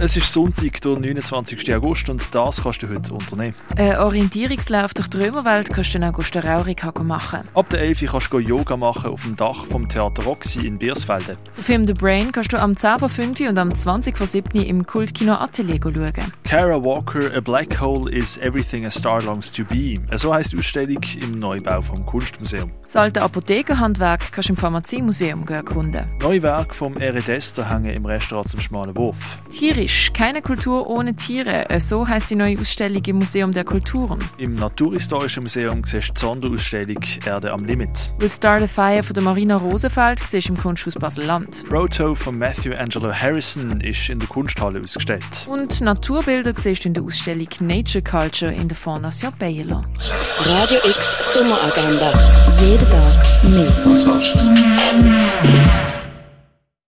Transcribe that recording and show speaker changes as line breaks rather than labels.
Es ist Sonntag, der 29. August und das kannst du heute unternehmen.
Ein Äh, Orientierungslauf durch die Römerwelt kannst du in Augusta Rauric machen.
Ab der 11 Uhr kannst du Yoga machen auf dem Dach vom Theater Roxy in Biersfelden.
Den Film The Brain kannst du am 10 vor 5 und am 20 vor 7 im Kultkino Atelier schauen.
Kara Walker, A Black Hole is Everything a Star Longs to Be. So heisst die Ausstellung im Neubau vom Kunstmuseum.
Das alte Apothekerhandwerk kannst du im Pharmaziemuseum erkunden.
Neue Werke vom Eredester hängen im Restaurant zum Schmalen Wurf.
Tierisch, keine Kultur ohne Tiere. Äh, So heißt die neue Ausstellung im Museum der Kulturen.
Im Naturhistorischen Museum siehst du die Sonderausstellung Erde am Limit.
Will Star the Fire von der Marina Rosenfeld siehst du im Kunsthaus Basel-Land.
Proto von Matthew Angelo Harrison ist in der Kunsthalle ausgestellt.
Und Naturbilder siehst du in der Ausstellung Nature Culture in der Fondation Bayerland.
Radio X Sommeragenda. Jeden Tag mehr.
Kontrast.